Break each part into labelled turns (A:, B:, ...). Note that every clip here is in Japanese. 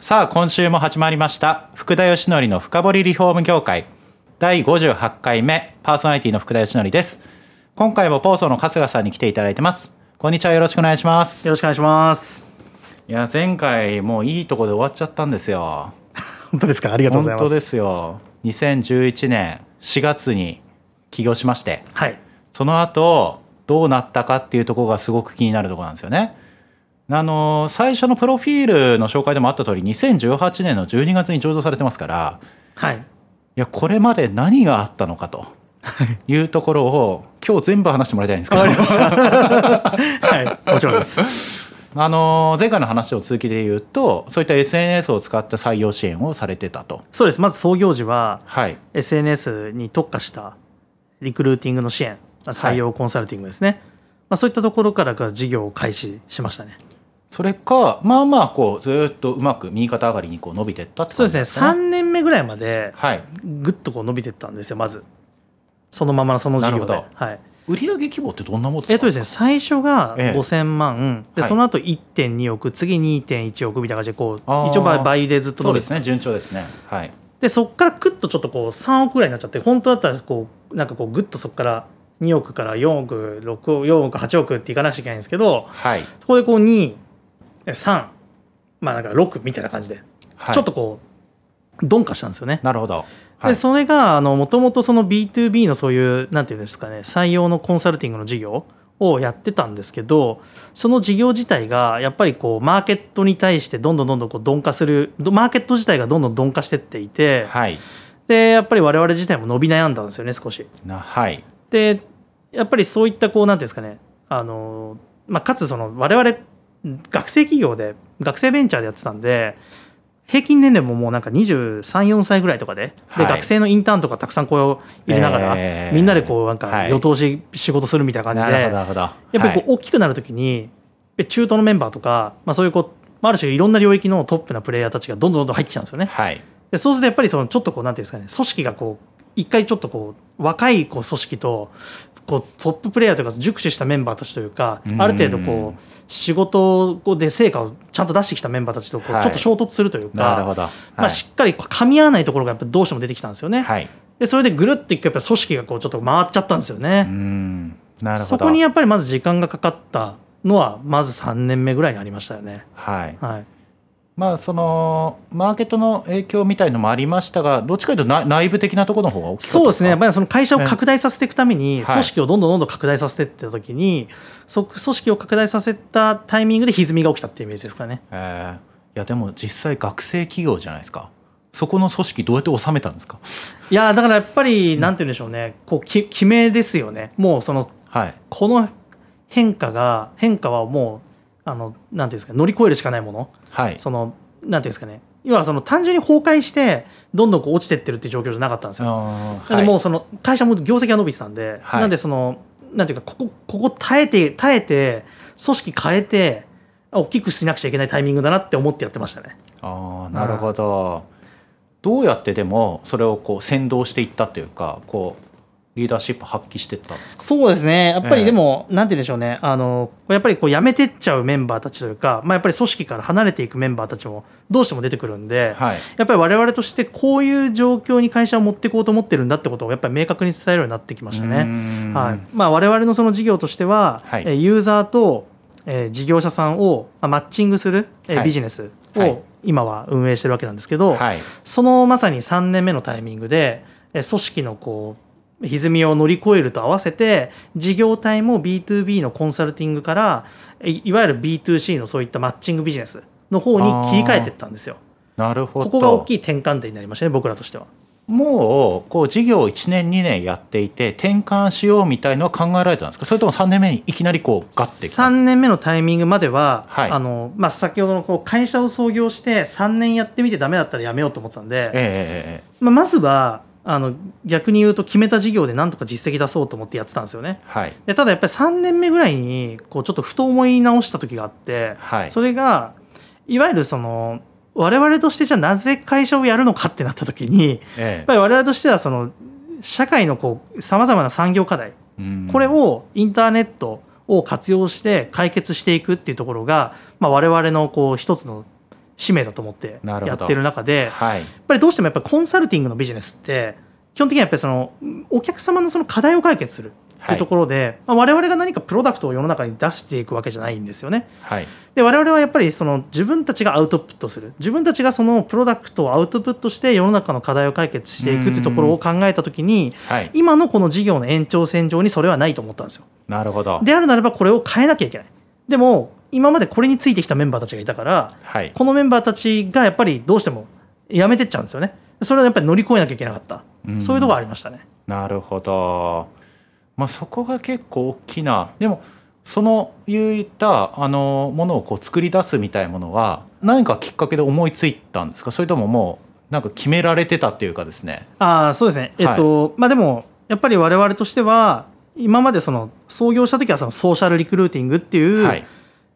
A: さあ今週も始まりました福田義則の深掘りリフォーム業界第58回目パーソナリティの福田義則です今回もポーソーの春日さんに来ていただいてますこんにちはよろしくお願いしますい
B: よろしくお願いします。
A: や前回もういいとこで終わっちゃったんですよ
B: 本当ですかありがと
A: 本
B: うございます。
A: 当ですよ2011年4月に起業しまして
B: はい。
A: その後どうなったかっていうところがすごく気になるところなんですよね。あの最初のプロフィールの紹介でもあった通り2018年の12月に上場されてますから
B: はい。
A: いやこれまで何があったのかというところを今日全部話してもらいたいんですけど
B: はい。もちろ んです。
A: あの前回の話を続きで言うとそういった SNS を使った採用支援をされてたと。
B: そうです。まず創業時は
A: はい
B: SNS に特化したリクルーティングの支援、採用コンサルティングですね。まあそういったところからが事業を開始しましたね。
A: それかまあまあこうずっとうまく右肩上がりにこう伸びてったって
B: そ
A: 感
B: う
A: じなん
B: ですね。3年目ぐらいまで
A: はい、
B: ぐっとこう伸びてったんですよ。まずそのままのその事業
A: なる
B: で
A: ほ。
B: はい。
A: 売上規模ってどんなもので
B: え
A: す
B: っ
A: か
B: とですね、最初が
A: ええ
B: 5000万、で
A: はい
B: その後1.2億、次2.1億みたいな感じでこう
A: あー
B: 一応倍でずっと
A: そ
B: 伸
A: う
B: び
A: で
B: て
A: すね順調ですねはい
B: でそこからクッとちょっとこう3億ぐらいになっちゃって本当だったらこうなんかこうグッとそこから2億から4億6億4億8億っていかなきゃいけないんですけど
A: はい、
B: そこでこう23まあなんか6みたいな感じで、
A: はい、
B: ちょっとこう鈍化したんですよね。
A: なるほど、は
B: で
A: い、
B: それがもともとその B2B のそういうなんていうんですかね採用のコンサルティングの事業をやってたんですけどその事業自体がやっぱりこうマーケットに対してどんどんどんどんこう鈍化するどマーケット自体がどんどん鈍化してっていて、
A: はい
B: でやっぱり我々自体も伸び悩んだんですよね少し。
A: なはい
B: でやっぱりそういったこうなんていうんですかねあの、まあ、かつその我々学生企業で学生ベンチャーでやってたんで平均年齢ももうなんか234歳ぐらいとかで,、
A: はい
B: で学生のインターンとかたくさん雇用入れながら、
A: えー
B: みんなでこうな
A: は
B: んか
A: い
B: 夜通し仕事するみたいな感じ
A: な
B: で、
A: るほどなるほどや
B: やっぱりこう大きくなるときに、で中東のメンバーとか、まあ、そういうこうまあある種いろんな領域のトップなプレイヤーたちがどんどんどんどん入ってきたんですよね。
A: はい、はい
B: でそうするとやっぱりそのちょっとこうなんていうんですかね組織がこう一回ちょっとこう若いこう組織とこうトッププレイヤーというか熟知したメンバーたちというか
A: うん
B: ある程度こう仕事で成果をちゃんと出してきたメンバーたちとこ
A: は
B: う
A: い
B: ちょっと衝突するというか、
A: なるほど、はい
B: まあ、しっかりこう噛み合わないところがやっぱどうしても出てきたんですよね。
A: はい、
B: でそれでぐるっと一回やっぱ組織がこうちょっと回っちゃったんですよね。
A: うんなるほど
B: そこにやっぱりまず時間がかかったのはまず3年目ぐらいにありましたよね。
A: はい
B: はい、
A: まあそのマーケットの影響みたいのもありましたがどっちかというとな内部的なところの方が大きかった
B: そうですね、やっ
A: か
B: ぱりその会社を拡大させていくために、
A: はい
B: 組織をどんどんどんどん拡大させていったときに、そ組織を拡大させたタイミングで歪みが起きたっていうイメージですかね。
A: えーいやでも実際学生企業じゃないですかそこの組織どうやって収めたんですか
B: いやーだからやっぱり、なんて言うんでしょうね、こうき決めですよね、もうその
A: はい
B: この変化が、変化はもう、あのなんていうんですか、乗り越えるしかないもの、
A: はい
B: そのなんていうんですかね、要はその単純に崩壊して、どんどんこう落ちてってるっていう状況じゃなかったんですよ。
A: あー
B: なんでもうその会社も業績が伸びてたんで、
A: はい
B: なんでそのなんていうかここここ耐えて耐えて組織変えて大きくしなくちゃいけないタイミングだなって思ってやってましたね。
A: ああなるほど、どうやってでもそれをこう先導していったというかこうリーダーシップ発揮していったんですか
B: そうですね。やっぱ
A: ええ
B: りでも、なんて言うんでしょうね。あの、やっぱりこう辞めてっちゃうメンバーたちというか、まあやっぱり組織から離れていくメンバーたちもどうしても出てくるんで、
A: はい
B: やっぱり我々としてこういう状況に会社を持っていこうと思ってるんだってことをやっぱり明確に伝えるようになってきました
A: うー
B: ね。
A: ん
B: はいまあ、我々のその事業としては、
A: はい
B: えーユーザーと、えー事業者さんをまあマッチングする、えー
A: はい
B: ビジネス
A: はい
B: を今は運営してるわけなんですけど、
A: はい
B: そのまさに3年目のタイミングで、えー組織のこう歪みを乗り越えると合わせて事業体も B2B のコンサルティングからいいわゆる B2C のそういったマッチングビジネスの方に切り替えていったんですよ。
A: なるほど
B: ここが大きい転換点になりましたね僕らとしては。
A: もうこう事業を1年2年やっていて転換しようみたいのは考えられてたんですかそれとも3年目にいきなりこうガッていく
B: 3年目のタイミングまでは、
A: はい
B: あのまあ、先ほどのこう会社を創業して3年やってみてダメだったらやめようと思ってたんで、
A: えええええ
B: まあ、まずはあの逆に言うと決めた事業でなんとか実績出そうと思ってやってたんですよね
A: えはい
B: でただやっぱり3年目ぐらいにこうちょっとふと思い直した時があって、
A: はい
B: それがいわゆるその我々としてじゃあなぜ会社をやるのかってなった時にや
A: え
B: っぱり我々としてはその社会のさまざまな産業課題
A: えうん
B: これをインターネットを活用して解決していくっていうところが、まあ、我々のこう一つの使命だと思って
A: なるほ
B: や
A: ど
B: ってる中で
A: はい
B: やっぱりどうしてもやっぱりコンサルティングのビジネスって基本的にはやっぱりそのお客様のその課題を解決するって
A: はいいう
B: ところで、まあ我々が何かプロダクトを世の中に出していくわけじゃないんですよね。
A: はい
B: で我々はやっぱりその自分たちがアウトプットする自分たちがそのプロダクトをアウトプットして世の中の課題を解決していくっていうところを考えた時に
A: はい
B: 今のこの事業の延長線上にそれはないと思ったんですよ。
A: なるほど
B: であるならばこれを変えなきゃいけない。でも今までこれについてきたメンバーたちがいたから
A: はい
B: このメンバーたちがやっぱりどうしてもやめてっちゃうんですよね。それはやっぱり乗り越えなきゃいけなかった。
A: うん
B: そういうところありましたね。
A: なるほど、まあ、そこが結構大きなでもそのいったあのものをこう作り出すみたいなものは何かきっかけで思いついたんですかそれとももうなんか決められてたっていうかですね
B: ああ、そうですね。えっと、まあでも、やっぱり我々としては、今までその創業した時はそのソーシャルリクルーティングって
A: は
B: いう
A: い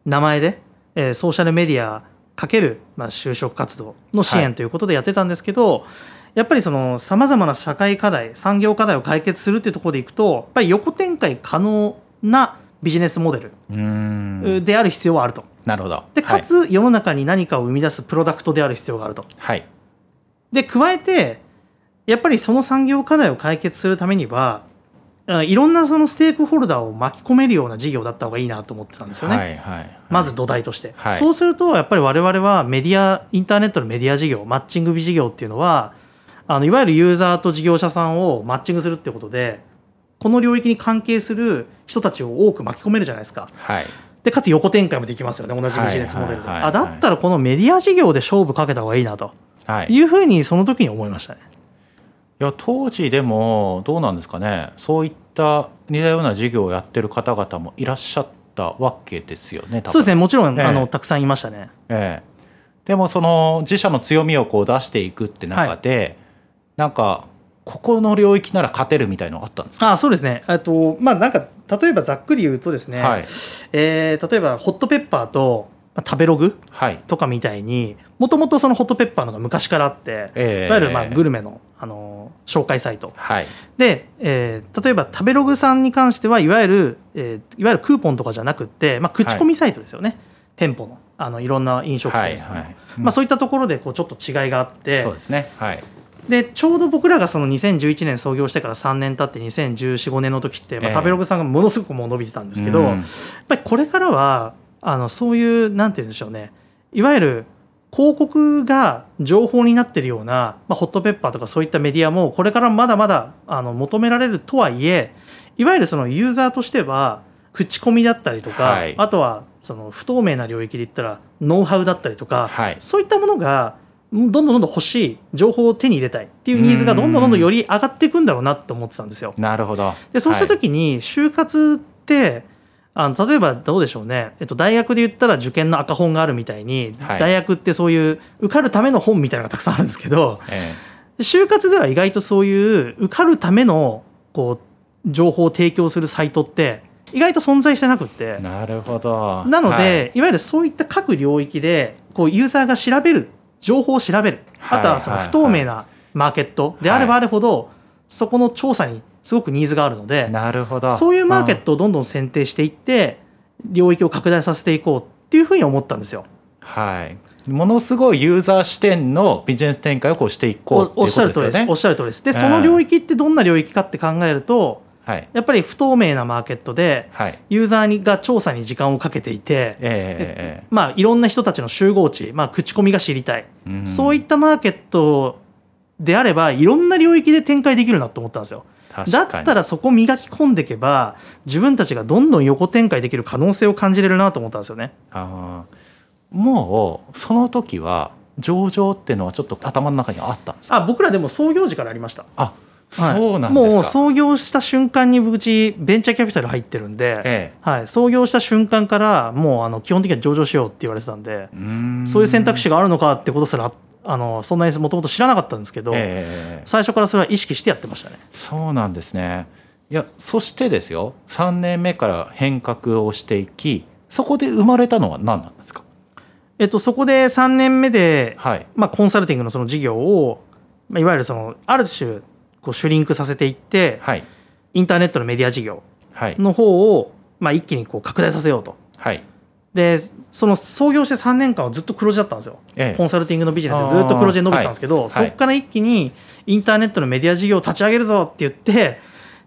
B: 名前で、えーソーシャルメディアかける、まあ、就職活動の支
A: は
B: 援
A: い
B: ということでやってたんですけど、やっぱりそのさまざまな社会課題産業課題を解決するっていうところでいくとやっぱり横展開可能なビジネスモデ
A: うーん
B: ルである必要はあると、
A: なるほど
B: で
A: は
B: か
A: い
B: つ世の中に何かを生み出すプロダクトである必要があると。
A: はい
B: で加えてやっぱりその産業課題を解決するためにはあいろんなそのステークホルダーを巻き込めるような事業だった方がいいなと思ってたんですよね、
A: はいはい
B: まず土台として、
A: はい
B: そうするとやっぱり我々はメディアインターネットのメディア事業マッチング事業っていうのはあのいわゆるユーザーと事業者さんをマッチングするってことでこの領域に関係する人たちを多く巻き込めるじゃないですか
A: はい
B: でかつ横展開もできますよね同じビジネスモデルで、
A: はいはいはいはい
B: あだったらこのメディア事業で勝負かけた方がいいなと
A: はい
B: いうふうにその時に思いましたね
A: いや当時でもどうなんですかねそういった似たような事業をやってる方々もいらっしゃったわけですよね多分
B: そうですね、もちろん、
A: ええ
B: あのたくさんいましたね。
A: ええ、でもその自社の強みをこう出していくって中で、なんかここの領域なら勝てるみたいのあったんですか
B: あそうですね、えっとまあ、なんか例えばざっくり言うとですね、
A: はい
B: えー例えばホットペッパーとまあ食べログ
A: はい
B: とかみたいに、もともとそのホットペッパーのが昔からあって、
A: ええ
B: いわゆるまあグルメのあの紹介サイト。
A: はい
B: で、えー例えば食べログさんに関しては、いわゆる、えーいわゆるクーポンとかじゃなくって、まあ、口コミサイトですよね、店舗のあのいろんな飲食
A: はい
B: 店さんの。
A: はい、
B: まあ、そうういったところでこうちょっと違いがあって、
A: んそうですねはい
B: でちょうど僕らがその2011年創業してから3年経って201415年の時って、まあ
A: ええ
B: 食べログさんがものすごくもう伸びてたんですけど、
A: うん
B: やっぱりこれからはあのそういうなんて言うんでしょうねいわゆる広告が情報になってるような、まあ、ホットペッパーとかそういったメディアもこれからまだまだあの求められるとはいえいわゆるそのユーザーとしては口コミだったりとか、
A: はい
B: あとはその不透明な領域で言ったらノウハウだったりとか、
A: はい
B: そういったものがどんどんどんどん欲しい情報を手に入れたいっていうニーズがどんどんどんどんより上がっていくんだろうなと思ってたんですよ。
A: なるほど
B: でそうした時に就活ってあの例えばどうでしょうね、えっと、大学で言ったら受験の赤本があるみたいに、
A: はい
B: 大学ってそういう受かるための本みたいなのがたくさんあるんですけ
A: はい
B: ど
A: え
B: 就活では意外とそういう受かるためのこう情報を提供するサイトって意外と存在してなくって
A: え。なるほど
B: なので、い、わゆるそういった各領域でこうユーザーが調べる情報を調べる、
A: はい
B: あとはその
A: はい
B: 不透明なマーケットであれば
A: は
B: あるほど、そこの調査にすごくニーズがあるの
A: はい
B: で
A: なるほど
B: そういうマーケッ
A: ん
B: トをどんどん選定していって領域を拡大させていこうっていうふうに思ったんですよ。
A: はいものすごいユーザー視点のビジネス展開をこうしていこうっていう
B: お
A: こ
B: っしゃ
A: とですよ
B: る通りで
A: ね
B: すおっしゃる通りです。で、
A: うん
B: その領域ってどんな領域かって考えると
A: はい
B: やっぱり不透明なマーケットで
A: はい
B: ユーザーにが調査に時間をかけていて、
A: え
B: まあ、いろんな人たちの集合値、まあ、口コミが知りたい
A: えん
B: そういったマーケットであれば、いろんな領域で展開できるなと思ったんですよ。
A: 確か
B: だ
A: に
B: ったらそこ磨き込んでいけば、自分たちがどんどん横展開できる可能性を感じれるなと思ったんですよね。
A: あーもうその時は上場っていうのはちょっと頭の中にあったんですか
B: あ僕らでも創業時からありました
A: あ
B: はい
A: そうなんですか、
B: もう創業した瞬間にうちベンチャーキャピタル入ってるんで、
A: え
B: はい、創業した瞬間からもうあの基本的には上場しようって言われてたんで、
A: えーん
B: そういう選択肢があるのかってことすらあのそんなにもともと知らなかったんですけど、
A: ええ
B: 最初からそれは意識してやってましたね
A: そうなんですねいやそしてですよ3年目から変革をしていきそこで生まれたのは何なんですか
B: えっと、そこで3年目で、
A: はい
B: まあ、コンサルティングのその事業を、まあ、いわゆるそのある種こうシュリンクさせていって、
A: はい
B: インターネットのメディア事業
A: はい
B: の方を、まあ、一気にこう拡大させようと
A: はい
B: でその創業して3年間はずっと黒字だったんですよ、
A: え
B: コンサルティングのビジネスでずっと黒字で伸びてたんですけど、
A: はい
B: そこから一気にインターネットのメディア事業を立ち上げるぞって言って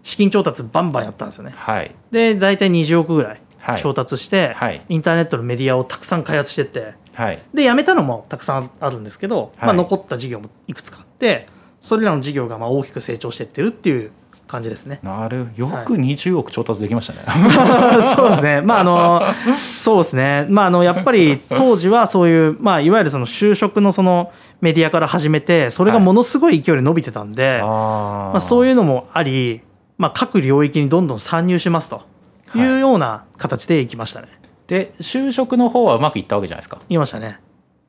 B: 資金調達バンバンやったんですよね
A: はい
B: で大体20億ぐらい
A: はい
B: 調達して、
A: はい
B: インターネットのメディアをたくさん開発してって
A: はい
B: で辞めたのもたくさんあるんですけど、ま
A: は
B: あ、
A: い。
B: 残った事業もいくつかあってそれらの事業がまあ大きく成長していってるっていう感じですね
A: なるよく20億調達できま したね、
B: そうですね、まああのそうですねまあ、あのやっぱり当時はそういう、まあ、いわゆるその就職のそのメディアから始めてそれがものすごい勢いで伸びてたんで、
A: あ
B: まあ、そう
A: いう
B: いうのもあり、まあ、各領域にどんどん参入しますとい
A: は
B: うような形でいきましたね。
A: で就職の方はうまくいったわけじゃないですか
B: いきましたね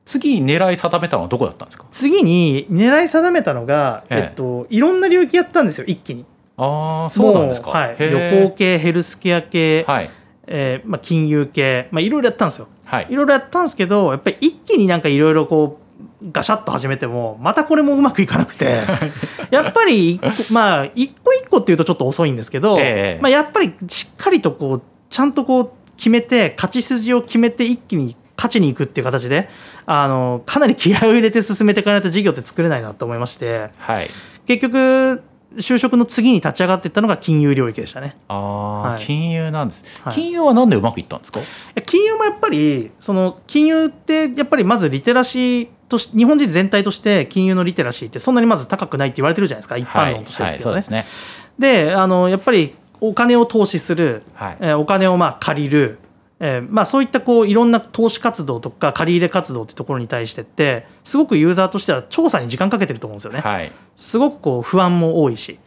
A: 次に狙い定めたのはどこだったんですか
B: 次に狙い定めたのが、
A: ええ
B: えっと、いろんな領域やったんですよ一気に。
A: ああそうなんですか
B: もうは
A: へ
B: い、旅
A: ー
B: 行系ヘルスケア系、
A: はい
B: えーまあ、金融系、まあ、いろいろやったんですよ
A: はいい
B: ろいろやったんですけどやっぱり一気になんかいろいろこうガシャッと始めてもまたこれもうまくいかなくてやっぱり一個まあ一個一個っていうとちょっと遅いんですけど、
A: ええ
B: まあ、やっぱりしっかりとこうちゃんとこう決めて勝ち筋を決めて一気に勝ちに行くっていう形であのかなり気合を入れて進めていかないと事業って作れないなと思いまして
A: はい
B: 結局就職の次に立ち上がっていったのが金融領域でしたね
A: ああ、
B: はい
A: 金融なんです、
B: はい
A: 金融はなんでうまくいったんですか
B: 金融もやっぱりその金融ってやっぱりまずリテラシーとし日本人全体として金融のリテラシーってそんなにまず高くないって言われてるじゃないですか一般論としてですけどね。
A: はいはい、そうですね
B: であのやっぱりお金を投資する、
A: はい
B: えーお金をまあ借りる、えーまあ、そういったこういろんな投資活動とか借り入れ活動ってところに対してってすごくユーザーとしては調査に時間かけてると思うんですよね。
A: はい
B: すごくこう不安も多いし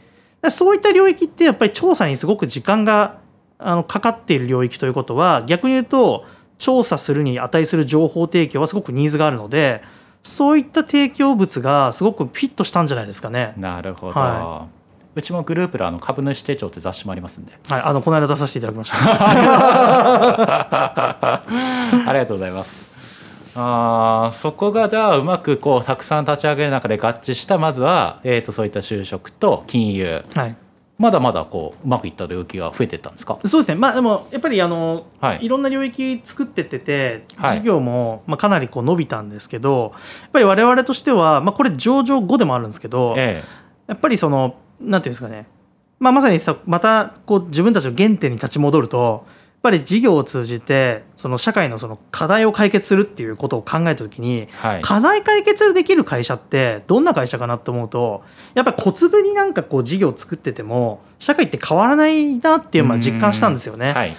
B: でそういった領域ってやっぱり調査にすごく時間があのかかっている領域ということは逆に言うと調査するに値する情報提供はすごくニーズがあるのでそういった提供物がすごくフィットしたんじゃないですかね。
A: なるほど、
B: は
A: うちもグループのあの株主手帳って雑誌もありますんで
B: はい、あのこの間出させていただきました。
A: ありがとうございますあーそこがじゃあうまくこうたくさん立ち上げる中で合致したまずは、えー、とそういった就職と金融
B: はい
A: まだまだこううまくいった領域が増えていったんですか
B: そうですね、まあ、でもやっぱりあの、
A: はい
B: い、ろんな領域作ってってて、
A: はい
B: 事業も、まあ、かなりこう伸びたんですけど、やっぱり我々としては、まあ、これ、上場後でもあるんですけど、
A: え
B: やっぱりその、なんていうんですかね、まあ、まさにさまたこう自分たちの原点に立ち戻ると、やっぱり事業を通じて、その社会のその課題を解決するっていうことを考えたときに、
A: えはい
B: 課題解決できる会社ってどんな会社かなと思うとやっぱり小粒になんかこう事業を作ってても社会って変わらないなっていうのは実感したんですよね。
A: はい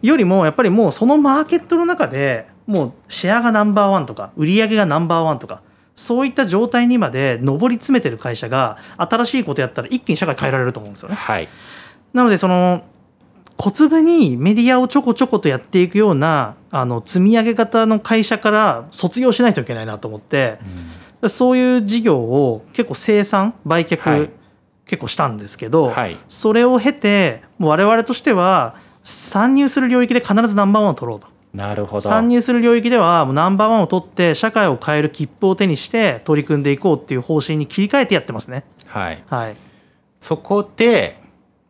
B: よりもやっぱりもうそのマーケットの中でもうシェアがナンバーワンとか売り上げがナンバーワンとかそういった状態にまで上り詰めてる会社が新しいことやったら一気に社会変えられると思うんですよね。
A: はい
B: なのでその小粒にメディアをちょこちょことやっていくようなあの積み上げ型の会社から卒業しないといけないなと思って
A: うん
B: そういう事業を結構生産売却、
A: はい
B: 結構したんですけど、
A: はい
B: それを経てもう我々としては参入する領域で必ずナンバーワンを取ろうと
A: なるほど
B: 参入する領域ではもうナンバーワンを取って社会を変える切符を手にして取り組んでいこうっていう方針に切り替えてやってますね
A: はい
B: はい
A: そこで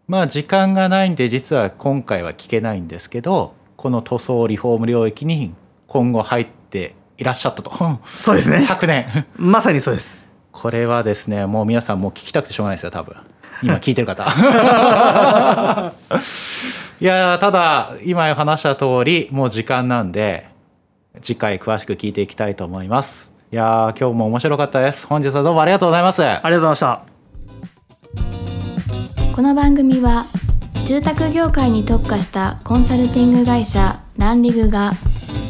A: まあ時間がないんで実は今回は聞けないんですけどこの塗装リフォーム領域に今後入っていらっしゃったと
B: そうですね
A: 昨年
B: まさにそうです
A: これはですねもう皆さんもう聞きたくてしょうがないですよ多分今聞いてる方 いやーただ今話した通りもう時間なんで次回詳しく聞いていきたいと思いますいやー今日も面白かったです本日はどうもありがとうございます
B: ありがとうございました
C: この番組は住宅業界に特化したコンサルティング会社ランリグが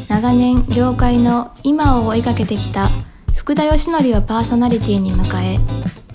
C: 長年業界の今を追いかけてきた福田義則をパーソナリティに迎え